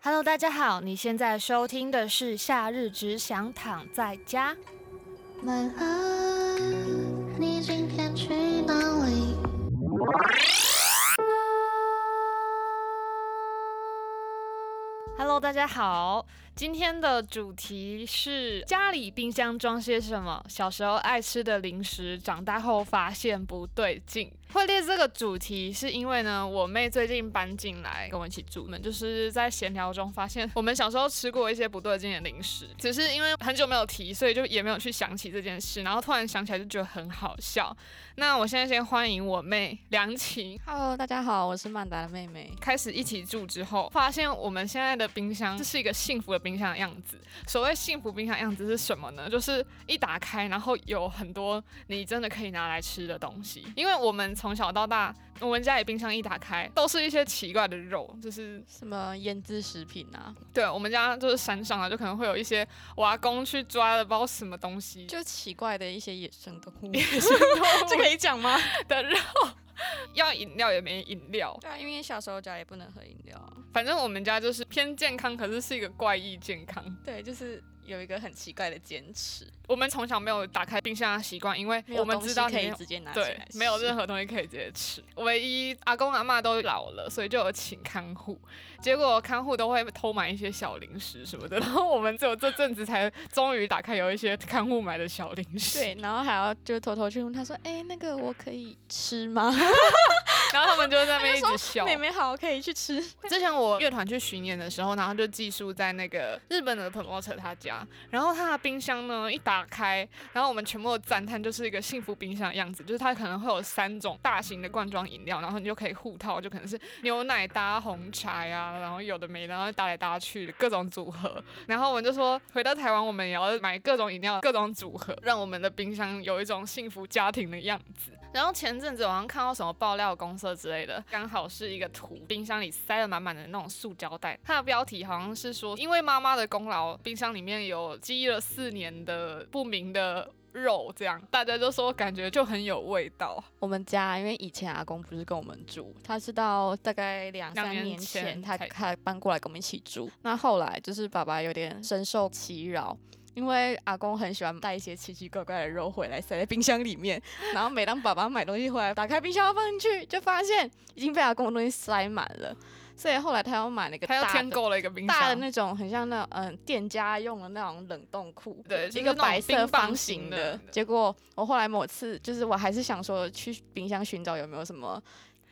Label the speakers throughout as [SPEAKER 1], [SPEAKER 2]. [SPEAKER 1] Hello，大家好，你现在收听的是《夏日只想躺在家》。
[SPEAKER 2] My love，你今天去哪里？
[SPEAKER 1] Hello，大家好，今天的主题是家里冰箱装些什么？小时候爱吃的零食，长大后发现不对劲。会列这个主题是因为呢，我妹最近搬进来跟我一起住，我们就是在闲聊中发现我们小时候吃过一些不对劲的零食，只是因为很久没有提，所以就也没有去想起这件事，然后突然想起来就觉得很好笑。那我现在先欢迎我妹梁晴，
[SPEAKER 3] Hello，大家好，我是曼达的妹妹。
[SPEAKER 1] 开始一起住之后，发现我们现在的冰箱这是一个幸福的冰箱的样子。所谓幸福冰箱的样子是什么呢？就是一打开，然后有很多你真的可以拿来吃的东西。因为我们从小到大，我们家里冰箱一打开，都是一些奇怪的肉，就是
[SPEAKER 3] 什么腌制食品啊？
[SPEAKER 1] 对我们家就是山上啊，就可能会有一些我阿公去抓的，不知道什么东西，
[SPEAKER 3] 就奇怪的一些野生动物，
[SPEAKER 1] 这
[SPEAKER 3] 这可以讲吗？
[SPEAKER 1] 的肉。 要饮料也没饮料，
[SPEAKER 3] 对啊，因为小时候家也不能喝饮料啊。
[SPEAKER 1] 反正我们家就是偏健康，可是是一个怪异健康。
[SPEAKER 3] 对，就是有一个很奇怪的坚持，
[SPEAKER 1] 我们从小没有打开冰箱的习惯，因为
[SPEAKER 3] 没有
[SPEAKER 1] 我们
[SPEAKER 3] 东西
[SPEAKER 1] 知道
[SPEAKER 3] 可
[SPEAKER 1] 你
[SPEAKER 3] 以直接拿起
[SPEAKER 1] 对
[SPEAKER 3] 来，
[SPEAKER 1] 没有任
[SPEAKER 3] 何
[SPEAKER 1] 何东西可以直接吃。唯一阿公阿妈都老了，所以就有请看护，结果看护都会偷买一些小零食什么的。然后我们只有这阵子才终于打开有一些看护买的小零食，
[SPEAKER 3] 对，然后还要就偷偷去问他说：“哎、那个我可以吃吗？
[SPEAKER 1] 然后他们就在那边一
[SPEAKER 3] 他
[SPEAKER 1] 直
[SPEAKER 3] 就
[SPEAKER 1] 笑。
[SPEAKER 3] 妹妹好，可以去吃。
[SPEAKER 1] 之前我乐团去巡演的时候，然后就寄宿在那个日本的 promoter 他家，然后他的冰箱呢一打开，然后我们全部都赞叹就是一个幸福冰箱的样子，就是它可能会有三种大型的罐装饮料，然后你就可以互套，就可能是牛奶搭红茶呀、然后有的没的，然后搭来搭去的各种组合。然后我们就说，回到台湾我们也要买各种饮料、各种组合，让我们的冰箱有一种幸福家庭的样子。然后前阵子我好像看到什么爆料公社之类的，刚好是一个图，冰箱里塞了满满的那种塑胶袋，它的标题好像是说，因为妈妈的功劳，冰箱里面有积了四年的不明的。肉这样，大家就说感觉就很有味道。
[SPEAKER 3] 我们家因为以前阿公不是跟我们住，他是到大概两
[SPEAKER 1] 两
[SPEAKER 3] 三
[SPEAKER 1] 年
[SPEAKER 3] 年
[SPEAKER 1] 前
[SPEAKER 3] 前他
[SPEAKER 1] 才
[SPEAKER 3] 他搬过来跟我们一起住。那后来就是爸爸有点深受其扰。因为阿公很喜欢带一些奇奇怪怪的肉回来塞在冰箱里面，然后每当爸爸买东西回来，打开冰箱要放进去，就发现已经被阿公的东西塞满了，所以后来他要买那个
[SPEAKER 1] 他又
[SPEAKER 3] 大
[SPEAKER 1] 添
[SPEAKER 3] 的
[SPEAKER 1] 购了一个冰
[SPEAKER 3] 大的
[SPEAKER 1] 箱，
[SPEAKER 3] 那种很像那种嗯店家用的那种冷冻库，
[SPEAKER 1] 对就是
[SPEAKER 3] 一个
[SPEAKER 1] 那种
[SPEAKER 3] 白色
[SPEAKER 1] 冰棒
[SPEAKER 3] 方
[SPEAKER 1] 型
[SPEAKER 3] 形
[SPEAKER 1] 的
[SPEAKER 3] 的。结果我后来某次就是我还是想说去冰箱寻找有没有什么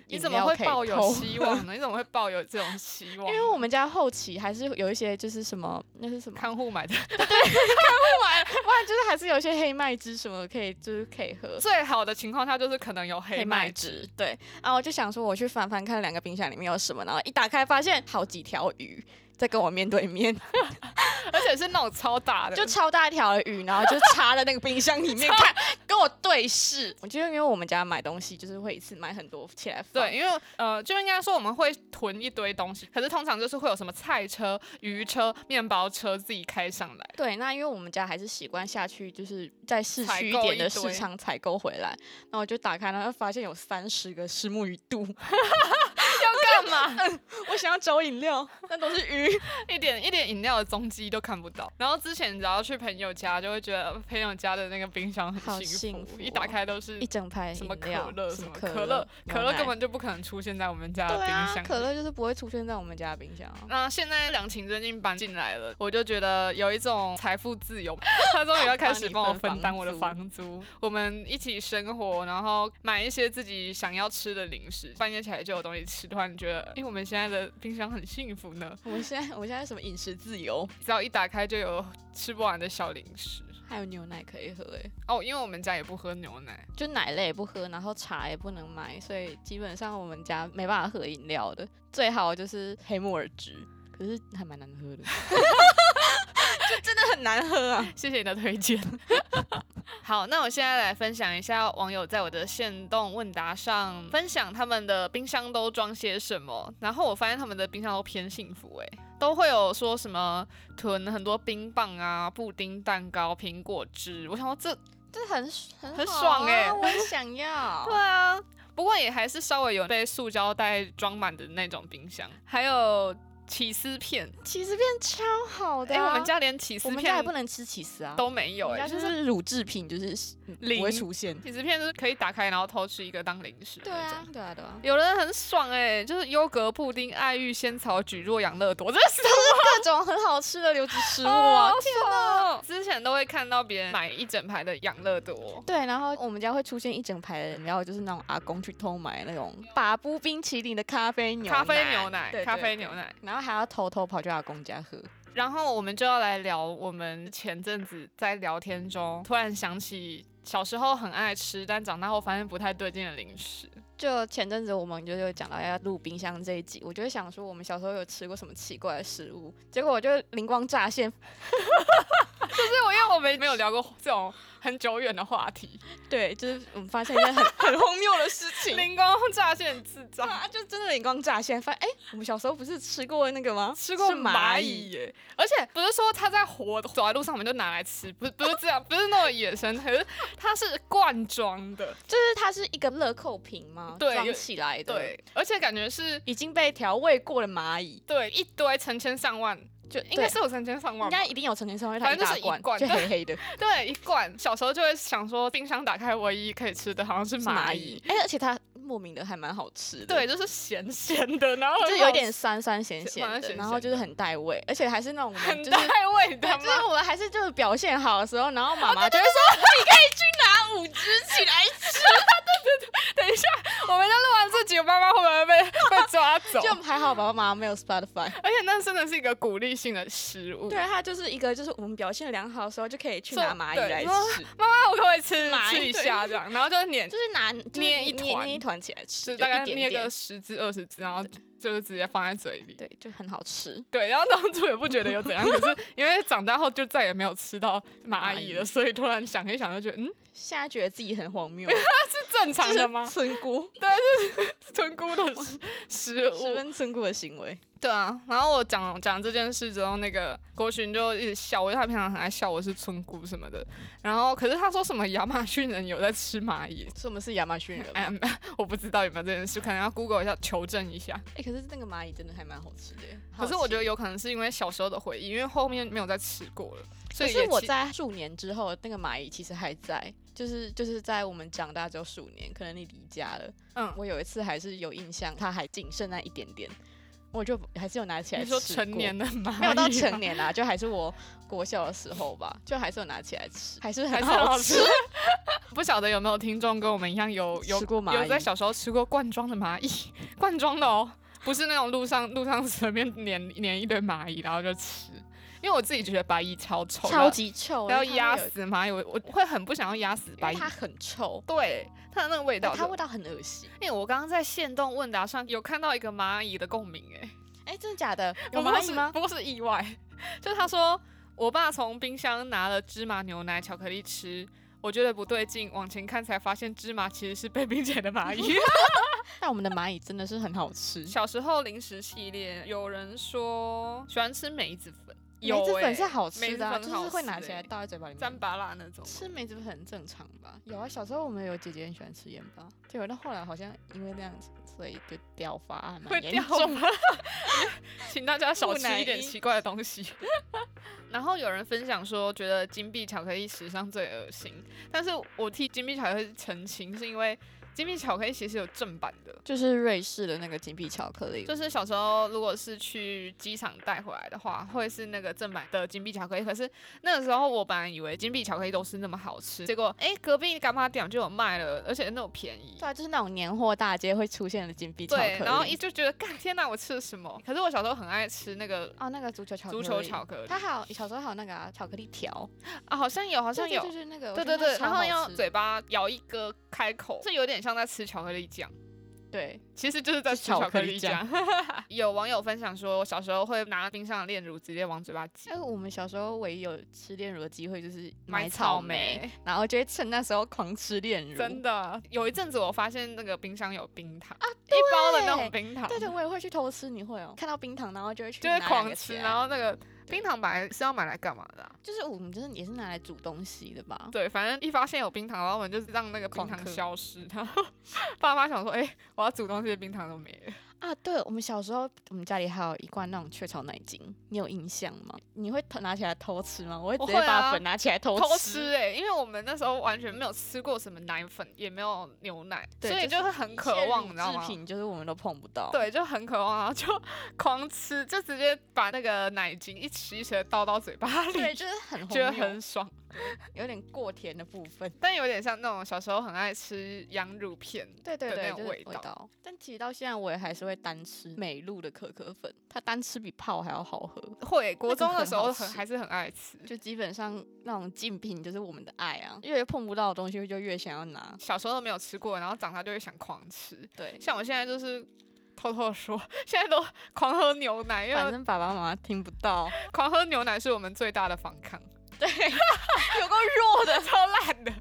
[SPEAKER 1] 你
[SPEAKER 3] 饮
[SPEAKER 1] 怎么
[SPEAKER 3] 料
[SPEAKER 1] 会
[SPEAKER 3] 可以
[SPEAKER 1] 抱有
[SPEAKER 3] 偷
[SPEAKER 1] 希？望呢？你怎么会抱有这种希望呢？
[SPEAKER 3] 因为我们家后期还是有一些就是什么那是什么，
[SPEAKER 1] 看护买的
[SPEAKER 3] 不然就是还是有一些黑麦汁什么可以就是可以喝。
[SPEAKER 1] 最好的情况下就是可能有黑麦汁，
[SPEAKER 3] 汁，对，然后我就想说，我去翻翻看两个冰箱里面有什么，然后一打开发现好几条鱼在跟我面对面，
[SPEAKER 1] 而且是那种超大的，
[SPEAKER 3] 就超大一条的鱼，然后就插在那个冰箱 里面看，跟我对视。我觉得因为我们家买东西就是会一次买很多起来放，
[SPEAKER 1] 对，因为呃，就应该说我们会囤一堆东西，可是通常就是会有什么菜车、鱼车、面包车自己开上来。
[SPEAKER 3] 对，那因为我们家还是习惯下去，就是在市
[SPEAKER 1] 采
[SPEAKER 3] 区一
[SPEAKER 1] 购
[SPEAKER 3] 点
[SPEAKER 1] 一
[SPEAKER 3] 的
[SPEAKER 1] 堆
[SPEAKER 3] 市场采购回来，然后我就打开，然后发现有三十个石目鱼肚，
[SPEAKER 1] 要干 嘛？
[SPEAKER 3] 嗯我想要找饮料，那都是鱼。
[SPEAKER 1] 一点一点饮料的踪迹都看不到。然后之前只要去朋友家，就会觉得朋友家的那个冰箱
[SPEAKER 3] 好
[SPEAKER 1] 很幸
[SPEAKER 3] 幸
[SPEAKER 1] 福，
[SPEAKER 3] 福
[SPEAKER 1] 一
[SPEAKER 3] 哦
[SPEAKER 1] 打开都是
[SPEAKER 3] 一整排
[SPEAKER 1] 什么
[SPEAKER 3] 饮
[SPEAKER 1] 可
[SPEAKER 3] 料
[SPEAKER 1] 乐、
[SPEAKER 3] 什么
[SPEAKER 1] 可
[SPEAKER 3] 乐
[SPEAKER 1] 乐，、可乐
[SPEAKER 3] 牛
[SPEAKER 1] 根
[SPEAKER 3] 奶
[SPEAKER 1] 本就不可能出现在我们家的
[SPEAKER 3] 对
[SPEAKER 1] 冰
[SPEAKER 3] 啊
[SPEAKER 1] 箱，里。
[SPEAKER 3] 可乐就是不会出现在我们家的冰箱啊。
[SPEAKER 1] 那现在梁晴最近搬进来了，我就觉得有一种财富自由， 她终于要开始帮我分担我的房租，我们一起生活，然后买一些自己想要吃的零食，半夜起来就有东西吃，突然觉得，因为我们现在的冰箱很幸福呢，
[SPEAKER 3] 我们现在我们现在什么饮食自由，
[SPEAKER 1] 只要一打开就有吃不完的小零食。
[SPEAKER 3] 还有牛奶可以喝哎、
[SPEAKER 1] 哦，因为我们家也不喝牛奶，
[SPEAKER 3] 就奶类也不喝，然后茶也不能买，所以基本上我们家没办法喝饮料的，最好就是黑木耳汁，可是还蛮难喝的， 就真的很难喝啊。
[SPEAKER 1] 谢谢你的推荐。 好，那我现在来分享一下网友在我的线动问答上分享他们的冰箱都装些什么，然后我发现他们的冰箱都偏幸福诶、都会有说什么囤很多冰棒啊、布丁、蛋糕、苹果汁，我想说这
[SPEAKER 3] 这很很、啊
[SPEAKER 1] 很爽欸
[SPEAKER 3] 我也想要
[SPEAKER 1] 对。啊啊，不过也还是稍微有被塑胶袋装满的那种冰箱，还有起司片，
[SPEAKER 3] 起司片超好的、
[SPEAKER 1] 哎、
[SPEAKER 3] 哦啊
[SPEAKER 1] 我们家连起
[SPEAKER 3] 我
[SPEAKER 1] 司
[SPEAKER 3] 们家
[SPEAKER 1] 片
[SPEAKER 3] 也不能吃起司啊，
[SPEAKER 1] 都没有、
[SPEAKER 3] 我们
[SPEAKER 1] 哎，
[SPEAKER 3] 家
[SPEAKER 1] 就
[SPEAKER 3] 就是是乳制品，就是
[SPEAKER 1] 零
[SPEAKER 3] 不会出现。
[SPEAKER 1] 起司片就是可以打开然后偷吃一个当零食
[SPEAKER 3] 对
[SPEAKER 1] 那种。
[SPEAKER 3] 啊，对啊，对啊，
[SPEAKER 1] 有人很爽哎、就是优格布丁、爱玉仙草、蒟蒻养乐多，真 的是
[SPEAKER 3] 各种很好吃的流质食
[SPEAKER 1] 哦
[SPEAKER 3] 物啊，
[SPEAKER 1] 天哪！之前都会看到别人买一整排的养乐多，
[SPEAKER 3] 对，然后我们家会出现一整排的饮料，就是那种阿公去偷买那种把布冰淇淋的咖啡牛
[SPEAKER 1] 咖啡牛奶
[SPEAKER 3] 对，
[SPEAKER 1] 咖
[SPEAKER 3] 对
[SPEAKER 1] 啡
[SPEAKER 3] 对
[SPEAKER 1] 牛奶。
[SPEAKER 3] 然后还要偷偷跑去阿公家喝。
[SPEAKER 1] 然后我们就要来聊我们前阵子在聊天中突然想起小时候很爱吃，但长大后发现不太对劲的零食。
[SPEAKER 3] 就前阵子我们就有讲到要录冰箱这一集，我就会想说我们小时候有吃过什么奇怪的食物，结果我就灵光乍现，
[SPEAKER 1] 就是我因为我们没有聊过这种很久远的话 题，
[SPEAKER 3] 对，就是我们发现一件很 很荒谬的事情，
[SPEAKER 1] 灵光乍现智障。
[SPEAKER 3] 啊，就真的灵光乍现，发现哎、我们小时候不是吃过那个吗？
[SPEAKER 1] 吃过
[SPEAKER 3] 是蚂
[SPEAKER 1] 蚁
[SPEAKER 3] 蚁，
[SPEAKER 1] 耶，而且不是说它在活走在路上我们就拿来吃，不是不是这样，不是那种野生，可是它是罐装的，
[SPEAKER 3] 就是它是一个乐扣瓶吗？
[SPEAKER 1] 对有
[SPEAKER 3] 装起来的，，
[SPEAKER 1] 对，而且感觉是
[SPEAKER 3] 已经被调味过的蚂蚁，
[SPEAKER 1] 对一堆成千上万，
[SPEAKER 3] 就
[SPEAKER 1] 应该
[SPEAKER 3] 对
[SPEAKER 1] 是有成千上万
[SPEAKER 3] 应
[SPEAKER 1] 吧，
[SPEAKER 3] 该一定有成千上万，它
[SPEAKER 1] 反正就
[SPEAKER 3] 大
[SPEAKER 1] 是一
[SPEAKER 3] 罐，
[SPEAKER 1] 罐
[SPEAKER 3] 就
[SPEAKER 1] 对
[SPEAKER 3] 黑黑 的，
[SPEAKER 1] 对一罐。小时候就会想说，冰箱打开唯一可以吃的好像是
[SPEAKER 3] 是
[SPEAKER 1] 蚂
[SPEAKER 3] 蚁
[SPEAKER 1] 蚁，，
[SPEAKER 3] 哎、而且它莫名的还蛮好吃的，
[SPEAKER 1] 对，。就是咸咸的，然后
[SPEAKER 3] 就是
[SPEAKER 1] 很
[SPEAKER 3] 有
[SPEAKER 1] 好
[SPEAKER 3] 点酸酸咸咸
[SPEAKER 1] 酸
[SPEAKER 3] 的，
[SPEAKER 1] 咸
[SPEAKER 3] 然后
[SPEAKER 1] 咸
[SPEAKER 3] 就是很带味，而且还是那种我们
[SPEAKER 1] 很
[SPEAKER 3] 就是
[SPEAKER 1] 带味的
[SPEAKER 3] 对，就是
[SPEAKER 1] 吗？
[SPEAKER 3] 我们还是就是表现好的时候，然后妈妈就会说、你可以去拿五只起来吃，
[SPEAKER 1] 等一下，我们在录完这集，妈妈会不会 被被抓走？
[SPEAKER 3] 就还好爸爸妈妈没有 Spotify。
[SPEAKER 1] 而且那真的是一个鼓励性的食物。
[SPEAKER 3] 对，它就是一个就是我们表现良好的时候就可以去
[SPEAKER 1] 说
[SPEAKER 3] 拿蚂蚁
[SPEAKER 1] 对
[SPEAKER 3] 来
[SPEAKER 1] 说
[SPEAKER 3] 吃，
[SPEAKER 1] 妈妈，我可不可以吃
[SPEAKER 3] 蚂蚁
[SPEAKER 1] 吃一
[SPEAKER 3] 对
[SPEAKER 1] 下这样？然后就是碾，
[SPEAKER 3] 就是拿就是
[SPEAKER 1] 捏一
[SPEAKER 3] 捏
[SPEAKER 1] 团
[SPEAKER 3] 捏一团起来吃，
[SPEAKER 1] 就
[SPEAKER 3] 就
[SPEAKER 1] 大概
[SPEAKER 3] 一点
[SPEAKER 1] 捏个
[SPEAKER 3] 点
[SPEAKER 1] 十只二十只，然后就是直接放在嘴里。
[SPEAKER 3] 对，就很好吃。
[SPEAKER 1] 对，然后当初也不觉得有怎样，可 是因为长大后就再也没有吃到蚂蚁了，所以突然想一想就觉得，嗯，
[SPEAKER 3] 现在觉得自己很荒 谬，
[SPEAKER 1] 是正常的吗？
[SPEAKER 3] 村姑，
[SPEAKER 1] 村姑的食食
[SPEAKER 3] 十
[SPEAKER 1] 物，
[SPEAKER 3] 分村姑的行为。
[SPEAKER 1] 对啊。然后我讲讲这件事之后，那个国群就一直笑我，因为他平常很爱笑我是村姑什么的。然后可是他说什么亚马逊人有在吃蚂蚁，
[SPEAKER 3] 所以我们是亚马逊人嘛，
[SPEAKER 1] 哎
[SPEAKER 3] 哎、，
[SPEAKER 1] 我不知道有没有这件事，可能要 Google 一下求证一下。
[SPEAKER 3] 哎可是那个蚂蚁真的还蛮好吃的。
[SPEAKER 1] 可是我觉
[SPEAKER 3] 得，
[SPEAKER 1] 得有可能是因为小时候的回忆，因为后面没有再吃过了，所
[SPEAKER 3] 可
[SPEAKER 1] 以
[SPEAKER 3] 是
[SPEAKER 1] 也
[SPEAKER 3] 我
[SPEAKER 1] 其
[SPEAKER 3] 在数年之后，那个蚂蚁其实还在，就是就是在我们长大之后数年，可能你离家了。
[SPEAKER 1] 嗯，
[SPEAKER 3] 我有一次还是有印象，它还仅剩那一点点，我就还是有拿起来
[SPEAKER 1] 你
[SPEAKER 3] 吃
[SPEAKER 1] 说成
[SPEAKER 3] 过
[SPEAKER 1] 年的蚂蚁吗，
[SPEAKER 3] 没有到 成年 啦、就还是我国小的时候吧，就还是有拿起来吃，还是
[SPEAKER 1] 还
[SPEAKER 3] 很
[SPEAKER 1] 是好
[SPEAKER 3] 好
[SPEAKER 1] 吃
[SPEAKER 3] 吃。。
[SPEAKER 1] 不晓得有没有听众跟我们一样有 有
[SPEAKER 3] 吃过蚂蚁
[SPEAKER 1] 有在小时候吃过罐装的蚂蚁， 罐装的哦，不是那种路上路上随便碾碾一堆蚂蚁然后就吃。因为我自己觉得白蚁超臭，
[SPEAKER 3] 超级臭，
[SPEAKER 1] 然后
[SPEAKER 3] 因
[SPEAKER 1] 要压
[SPEAKER 3] 为它会有，
[SPEAKER 1] 死蚂蚁，我我会很不想要压死
[SPEAKER 3] 因
[SPEAKER 1] 白
[SPEAKER 3] 为
[SPEAKER 1] 蚁。
[SPEAKER 3] 它很臭，
[SPEAKER 1] 对它的那个味道就，
[SPEAKER 3] 它味道很恶心。
[SPEAKER 1] 因为我刚刚在线动问答上有看到一个蚂蚁的共鸣、欸，
[SPEAKER 3] 哎、真的假的？
[SPEAKER 1] 不
[SPEAKER 3] 有
[SPEAKER 1] 过
[SPEAKER 3] 蚂蚁
[SPEAKER 1] 是
[SPEAKER 3] 吗？
[SPEAKER 1] 不过是意外， 就是他说我爸从冰箱拿了芝麻牛奶、巧克力吃。我觉得不对劲，往前看才发现芝麻其实是被冰姐的蚂蚁。
[SPEAKER 3] 但我们的蚂蚁真的是很好吃。
[SPEAKER 1] 小时候零食系列，有人说喜欢吃梅子粉，有
[SPEAKER 3] 梅子
[SPEAKER 1] 欸
[SPEAKER 3] 粉是好
[SPEAKER 1] 梅
[SPEAKER 3] 吃
[SPEAKER 1] 子
[SPEAKER 3] 的啊、
[SPEAKER 1] 粉
[SPEAKER 3] 就
[SPEAKER 1] 好
[SPEAKER 3] 是会
[SPEAKER 1] 吃
[SPEAKER 3] 拿起
[SPEAKER 1] 欸
[SPEAKER 3] 来倒在嘴巴里
[SPEAKER 1] 沾
[SPEAKER 3] 面。
[SPEAKER 1] 巴辣那种。
[SPEAKER 3] 吃梅子粉很正常吧？有啊，小时候我们有姐姐很喜欢吃盐巴，对，但后来好像因为那样子，所以就掉发，还
[SPEAKER 1] 会
[SPEAKER 3] 蛮
[SPEAKER 1] 掉
[SPEAKER 3] 严重
[SPEAKER 1] 吗？ 请大家少
[SPEAKER 3] 木
[SPEAKER 1] 吃
[SPEAKER 3] 乃
[SPEAKER 1] 一点
[SPEAKER 3] 伊
[SPEAKER 1] 奇怪的东西。 然后有人分享说，觉得金币巧克力史上最恶心，但是我替金币巧克力澄清，是因为金币巧克力其实有正版的。
[SPEAKER 3] 就是瑞士的那个金币巧克力，
[SPEAKER 1] 就是小时候，如果是去机场带回来的话，会是那个正版的金币巧克力。可是那个时候，我本来以为金币巧克力都是那么好吃，结果诶，隔壁干妈店就有卖了，而且那种便宜。
[SPEAKER 3] 对啊，就是那种年货大街会出现的金币巧克力。
[SPEAKER 1] 对，然后一就觉得，干天哪，我吃了什么？可是我小时候很爱吃那个
[SPEAKER 3] 哦，那个足球巧克
[SPEAKER 1] 足
[SPEAKER 3] 力，
[SPEAKER 1] 球巧克力
[SPEAKER 3] 它还有小时候还有那个、啊、巧克力条，
[SPEAKER 1] 啊，好像有，好
[SPEAKER 3] 好
[SPEAKER 1] 像有，
[SPEAKER 3] 就是那个，
[SPEAKER 1] 对
[SPEAKER 3] 我觉
[SPEAKER 1] 对
[SPEAKER 3] 得它
[SPEAKER 1] 对，然
[SPEAKER 3] 超
[SPEAKER 1] 后
[SPEAKER 3] 好
[SPEAKER 1] 要
[SPEAKER 3] 吃
[SPEAKER 1] 嘴巴咬一个开口，这有点像在吃巧克力酱，
[SPEAKER 3] 对，
[SPEAKER 1] 其实就是在
[SPEAKER 3] 是
[SPEAKER 1] 吃
[SPEAKER 3] 巧
[SPEAKER 1] 巧克
[SPEAKER 3] 克
[SPEAKER 1] 力
[SPEAKER 3] 力酱
[SPEAKER 1] 酱。 有网友分享说，小时候会拿冰箱的炼乳直接往嘴巴挤
[SPEAKER 3] 哎、。我们小时候唯一有吃炼乳的机会就是
[SPEAKER 1] 买
[SPEAKER 3] 买
[SPEAKER 1] 草
[SPEAKER 3] 草
[SPEAKER 1] 莓
[SPEAKER 3] 莓，然后就会趁那时候狂吃炼乳。
[SPEAKER 1] 真的，有一阵子我发现那个冰箱有冰糖啊，一包的那种冰糖，
[SPEAKER 3] 对对，我也会去偷吃，你会哦，看到冰糖然后就会去
[SPEAKER 1] 就会
[SPEAKER 3] 拿两
[SPEAKER 1] 狂
[SPEAKER 3] 个起
[SPEAKER 1] 吃。
[SPEAKER 3] 来
[SPEAKER 1] 然后那个冰糖本来是要买来干嘛的啊、
[SPEAKER 3] 就是我们就是也是拿来煮东西的吧？
[SPEAKER 1] 对，反正一发现有冰糖，然后我们就让那个冰
[SPEAKER 3] 狂
[SPEAKER 1] 糖
[SPEAKER 3] 嗑
[SPEAKER 1] 消失。然后爸妈想说，哎、我要煮东西的冰糖都没了。
[SPEAKER 3] 啊，啊，对，我们小时候我们家里还有一罐那种雀巢奶精，你有印象吗？你会偷拿起来偷吃吗？我会
[SPEAKER 1] 我
[SPEAKER 3] 直接
[SPEAKER 1] 会啊
[SPEAKER 3] 把粉拿起来偷
[SPEAKER 1] 偷
[SPEAKER 3] 吃。
[SPEAKER 1] 吃哎、因为我们那时候完全没有吃过什么奶粉，也没有牛奶，
[SPEAKER 3] 对
[SPEAKER 1] 所以就是很渴望，你
[SPEAKER 3] 制
[SPEAKER 1] 知道吗？
[SPEAKER 3] 品就是我们都碰不到。，
[SPEAKER 1] 对，就很渴望，然后就 狂吃，就直接把那个奶精一起一起的倒到嘴巴
[SPEAKER 3] 对，
[SPEAKER 1] 里，
[SPEAKER 3] 就是很
[SPEAKER 1] 觉得
[SPEAKER 3] 荒谬
[SPEAKER 1] 很爽。
[SPEAKER 3] 有点过甜的部分。
[SPEAKER 1] 但有点像那种小时候很爱吃羊乳片，
[SPEAKER 3] 对对
[SPEAKER 1] 的
[SPEAKER 3] 对，
[SPEAKER 1] 那
[SPEAKER 3] 就
[SPEAKER 1] 种
[SPEAKER 3] 是
[SPEAKER 1] 味道
[SPEAKER 3] 道。但其实到现在，我也还是会单吃美露的可可粉，它单吃比泡还要好喝。
[SPEAKER 1] 会国
[SPEAKER 3] 那个
[SPEAKER 1] 中的
[SPEAKER 3] 很
[SPEAKER 1] 时候
[SPEAKER 3] 好
[SPEAKER 1] 很
[SPEAKER 3] 吃
[SPEAKER 1] 还是很爱吃，
[SPEAKER 3] 就基本上那种竞品就是我们的爱啊，越碰不到的东西就越想要拿。
[SPEAKER 1] 小时候都没有吃过，然后长大就会想狂吃。
[SPEAKER 3] 对，
[SPEAKER 1] 像我现在就是偷偷地说， 现在都狂喝牛奶，因
[SPEAKER 3] 反
[SPEAKER 1] 为
[SPEAKER 3] 正爸爸妈妈听不到，
[SPEAKER 1] 狂喝牛奶是我们最大的反抗。
[SPEAKER 3] 有够弱的。
[SPEAKER 1] 超烂的。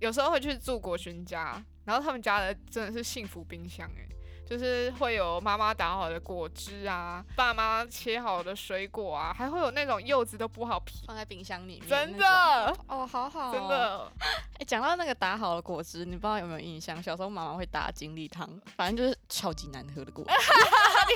[SPEAKER 1] 有时候会去住国勋家，然后他们家的真的是幸福冰箱哎、就是会有妈妈打好的果汁啊，爸妈切好的水果啊，还会有那种柚子都剥好皮，
[SPEAKER 3] 放在冰箱里面，
[SPEAKER 1] 真的
[SPEAKER 3] 哦，好好、
[SPEAKER 1] 真。的
[SPEAKER 3] 哎、讲到那个打好的果汁，你不知道有没有印象？小时候妈妈会打精力汤，反正就是超级难喝的果汁。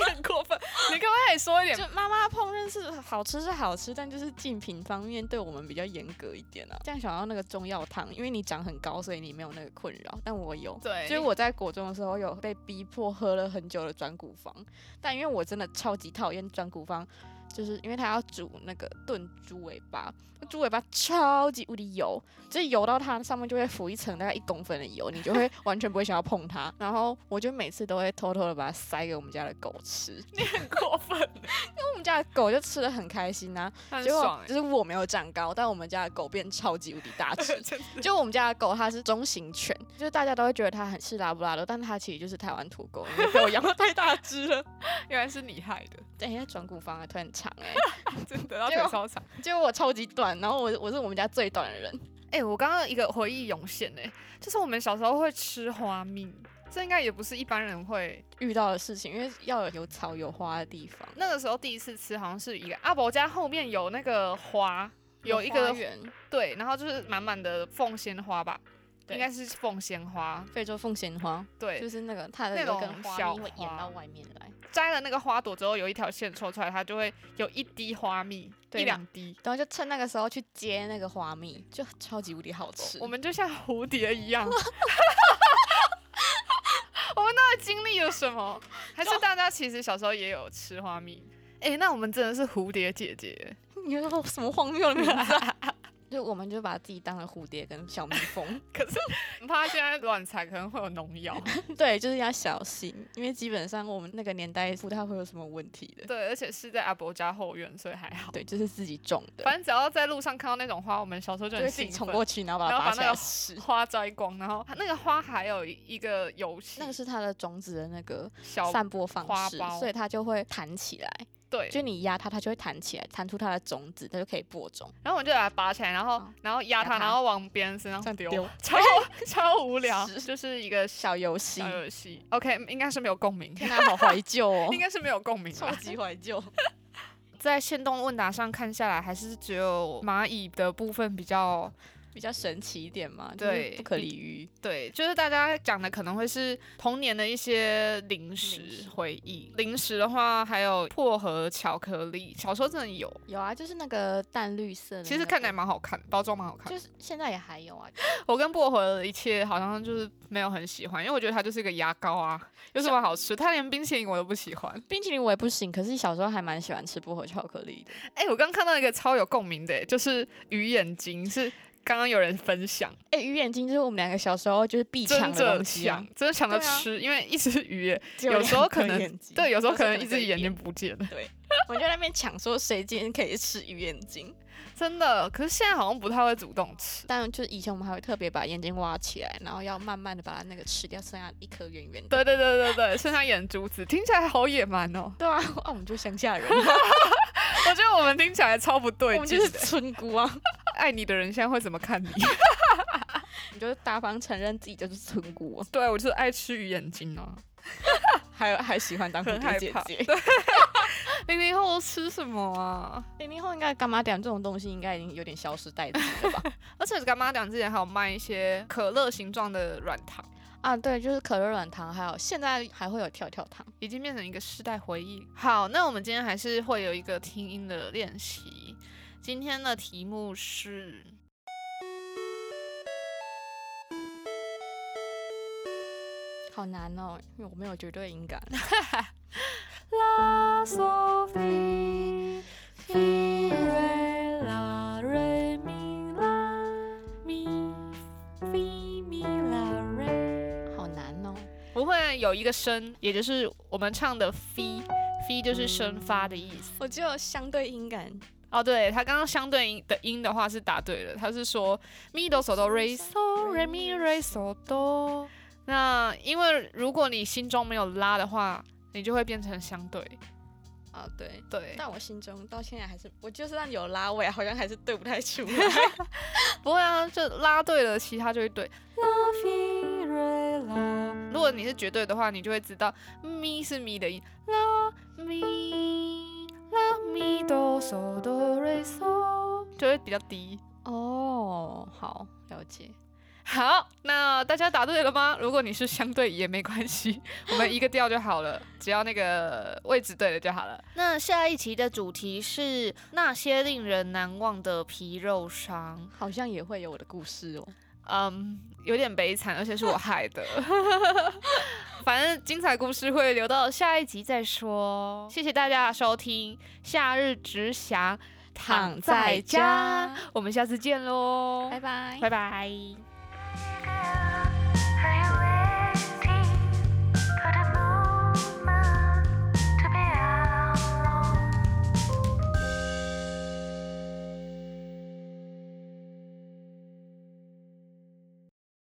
[SPEAKER 1] 很过 分。你可不可以说一点？
[SPEAKER 3] 就妈妈烹饪是好吃是好吃，但就是竞品方面对我们比较严格一点啊。这样想到那个中药汤，因为你长很高，所以你没有那个困扰，但我有。
[SPEAKER 1] 对，
[SPEAKER 3] 就是我在国中的时候有被逼迫喝了很久的转骨方，但因为我真的超级讨厌转骨方，就是因为它要煮那个炖猪尾巴，那猪尾巴超级无敌油，就是油到它上面就会浮一层大概一公分的油，你就会完全不会想要碰它。然后我就每次都会偷偷的把它塞给我们家的狗吃，因为
[SPEAKER 1] 很过分，
[SPEAKER 3] 我们家的狗就吃的很开心啊。
[SPEAKER 1] 很
[SPEAKER 3] 结
[SPEAKER 1] 爽
[SPEAKER 3] 果
[SPEAKER 1] 哎、，
[SPEAKER 3] 就是我没有长高，但我们家的狗变超级无敌大 只
[SPEAKER 1] 真的
[SPEAKER 3] 就我们家的狗，它是中型犬，就是大家都会觉得它很是拉布拉多，但它其实就是台湾土狗， 因为被我养到太大只了。
[SPEAKER 1] 原来是你害的，
[SPEAKER 3] 哎、欸，转骨方还突然长哎、
[SPEAKER 1] 真的，然后
[SPEAKER 3] 结果
[SPEAKER 1] 腿超长。
[SPEAKER 3] 结果我超级短，然后我我是我们家最短的人，
[SPEAKER 1] 哎、我刚刚一个回忆涌现哎、就是我们小时候会吃花蜜，这应该也不是一般人会
[SPEAKER 3] 遇到的事情，因为要有有草有花的地方，
[SPEAKER 1] 那个时候第一次吃，好像是一个阿伯家后面有那个花，有一
[SPEAKER 3] 花
[SPEAKER 1] 个
[SPEAKER 3] 园，
[SPEAKER 1] 对，然后就是满满的凤仙花吧，
[SPEAKER 3] 对
[SPEAKER 1] 应该是凤仙花，
[SPEAKER 3] 非洲凤仙花，就
[SPEAKER 1] 对，
[SPEAKER 3] 是那个它的
[SPEAKER 1] 那
[SPEAKER 3] 有
[SPEAKER 1] 种
[SPEAKER 3] 一根花
[SPEAKER 1] 小
[SPEAKER 3] 蜜会
[SPEAKER 1] 花
[SPEAKER 3] 延到外面来，
[SPEAKER 1] 摘了那个花朵之后，有一条线抽出来，它就会有一滴花蜜，
[SPEAKER 3] 对
[SPEAKER 1] 一两滴。
[SPEAKER 3] 然后就趁那个时候去接那个花蜜，就超级无敌好吃。
[SPEAKER 1] 我们就像蝴蝶一 样。我们到底经历了什么？还是大家其实小时候也有吃花蜜？哎、那我们真的是蝴蝶姐姐，
[SPEAKER 3] 你有什么荒谬的名字、啊？ 就我们就把自己当了蝴蝶跟小蜜蜂。
[SPEAKER 1] 可是我怕现在乱采可能会有农药。
[SPEAKER 3] 对，就是要小心，因为基本上我们那个年代不太会有什么问题的。
[SPEAKER 1] 对，而且是在阿伯家后院，所以还好。
[SPEAKER 3] 对，就是自己种的，
[SPEAKER 1] 反正只要在路上看到那种花，我们小时候就
[SPEAKER 3] 就
[SPEAKER 1] 很
[SPEAKER 3] 会自己
[SPEAKER 1] 兴
[SPEAKER 3] 冲
[SPEAKER 1] 奋，
[SPEAKER 3] 过去，然后把
[SPEAKER 1] 然后
[SPEAKER 3] 它拔
[SPEAKER 1] 把
[SPEAKER 3] 起
[SPEAKER 1] 那
[SPEAKER 3] 来
[SPEAKER 1] 个
[SPEAKER 3] 吃。
[SPEAKER 1] 花摘光，然后那个花还有一个游戏，
[SPEAKER 3] 那个是它的种子的那个
[SPEAKER 1] 小
[SPEAKER 3] 散播方
[SPEAKER 1] 花
[SPEAKER 3] 式，
[SPEAKER 1] 苞
[SPEAKER 3] 所以它就会弹起来。
[SPEAKER 1] 对，
[SPEAKER 3] 就你压它，它就会弹起来，弹出它的种子，它就可以播种。
[SPEAKER 1] 然后我们就把它拔起来，然后
[SPEAKER 3] 嗯
[SPEAKER 1] 然后压
[SPEAKER 3] 压
[SPEAKER 1] 它，
[SPEAKER 3] 它
[SPEAKER 1] 然后往别人身上
[SPEAKER 3] 这样
[SPEAKER 1] 丢
[SPEAKER 3] 丢，
[SPEAKER 1] 超超无聊，
[SPEAKER 3] 是
[SPEAKER 1] 就是一个小
[SPEAKER 3] 小游戏
[SPEAKER 1] 小，游戏。OK，应该是没有共鸣，
[SPEAKER 3] 天哪，好怀旧哦
[SPEAKER 1] 应，该是没有共鸣啊吧。
[SPEAKER 3] 超级怀旧。
[SPEAKER 1] 在线动问答上看下来，还是只有蚂蚁的部分比较
[SPEAKER 3] 比较神奇一点嘛，就是
[SPEAKER 1] 对
[SPEAKER 3] 不可
[SPEAKER 1] 比
[SPEAKER 3] 理喻。
[SPEAKER 1] 对，就是大家讲的可能会是童年的一些零食
[SPEAKER 3] 食
[SPEAKER 1] 回忆。零食的话，还有薄荷巧克力，小时候真的有，
[SPEAKER 3] 有啊，就是那个淡绿色的那个，
[SPEAKER 1] 其实看起来蛮好看，包装蛮好看。
[SPEAKER 3] 就是现在也还有啊，
[SPEAKER 1] 我跟薄荷的一切好像就是没有很喜欢，因为我觉得它就是一个牙膏啊，有什么好吃？它连冰淇淋我都不喜欢。
[SPEAKER 3] 冰淇淋我也不行，可是小时候还蛮喜欢吃薄荷巧克力的。
[SPEAKER 1] 哎、我刚看到一个超有共鸣的，欸就是鱼眼睛是。刚刚有人分享，
[SPEAKER 3] 哎、鱼眼睛就是我们两个小时候就是必
[SPEAKER 1] 争
[SPEAKER 3] 抢的
[SPEAKER 1] 着
[SPEAKER 3] 东西、啊
[SPEAKER 1] 想，，真的想着
[SPEAKER 3] 对啊
[SPEAKER 1] 吃，因为一只鱼耶，
[SPEAKER 3] 只
[SPEAKER 1] 有时候
[SPEAKER 3] 两
[SPEAKER 1] 可
[SPEAKER 3] 个
[SPEAKER 1] 能
[SPEAKER 3] 眼睛
[SPEAKER 1] 对，有时候可能
[SPEAKER 3] 就
[SPEAKER 1] 一
[SPEAKER 3] 是可
[SPEAKER 1] 只
[SPEAKER 3] 能
[SPEAKER 1] 眼睛
[SPEAKER 3] 可以
[SPEAKER 1] 不见了。
[SPEAKER 3] 变，我们就在那边抢说谁今天可以吃鱼眼睛，
[SPEAKER 1] 真的，可是现在好像不太会主动吃。
[SPEAKER 3] 但就是以前我们还会特别把眼睛挖起来，然后要慢慢的把它那个吃掉，剩下一颗圆圆的。
[SPEAKER 1] 对对对对对，剩下眼珠子听起来好野蛮哦，
[SPEAKER 3] 对啊，啊我们就乡 下人，
[SPEAKER 1] 我觉得我们听起来超不对
[SPEAKER 3] 我们
[SPEAKER 1] 劲
[SPEAKER 3] 就是
[SPEAKER 1] 的。
[SPEAKER 3] 村姑啊，
[SPEAKER 1] 爱你的人现在会怎么看你？
[SPEAKER 3] 我们就是大方承认自己就是村姑、啊，
[SPEAKER 1] 对我就是爱吃鱼眼睛啊。
[SPEAKER 3] 还有还喜欢当蝴
[SPEAKER 1] 很害
[SPEAKER 3] 蝶姐
[SPEAKER 1] 怕
[SPEAKER 3] 姐。
[SPEAKER 1] 零零后都吃什么啊？
[SPEAKER 3] 零零后应该干妈点这种东西应该已经有点消失殆尽了吧？
[SPEAKER 1] 而且干妈讲之前还有卖一些可乐形状的软糖，
[SPEAKER 3] 啊，对，就是可乐软糖，还有现在还会有跳跳糖。
[SPEAKER 1] 已经变成一个世代回忆。好，那我们今天还是会有一个听音的练习。今天的题目是
[SPEAKER 3] 好难哦，因为我没有绝对音 感。
[SPEAKER 1] 拉索菲咪瑞拉瑞咪拉咪菲咪拉瑞，
[SPEAKER 3] 好难哦。
[SPEAKER 1] 不会有一个声，也就是我们唱的 “fi”。fi 就是声发的意思
[SPEAKER 3] 我只有相对音感。
[SPEAKER 1] 哦，对他刚刚相对音的音的话是答对了，他是说咪哆嗦哆瑞嗦瑞咪瑞嗦哆。那因为如果你心中没有拉的话，你就会变成相对，
[SPEAKER 3] 啊，对。
[SPEAKER 1] 对，
[SPEAKER 3] 但我心中到现在还是，我就算有拉尾，好像还是对不太出来。
[SPEAKER 1] 不会啊，就拉对了，其他就会对。如果你是绝对的话，你就会知道咪是咪的音，拉咪拉咪哆嗦哆瑞嗦，就会比较低。
[SPEAKER 3] 哦，好，了解。
[SPEAKER 1] 好，那大家答对了吗？如果你是相对也没关系， 我们一个调就好了， 只要那个位置对了就好了。那下一期的主题是那些令人难忘的皮肉伤，
[SPEAKER 3] 好像也会有我的故事哦。
[SPEAKER 1] 嗯，有点悲惨，而且是我 害的。反正精彩故事会留到下一集再说。谢谢大家的收听，《夏日只想躺在家》，我们下次见喽，
[SPEAKER 3] 拜拜。
[SPEAKER 1] 拜拜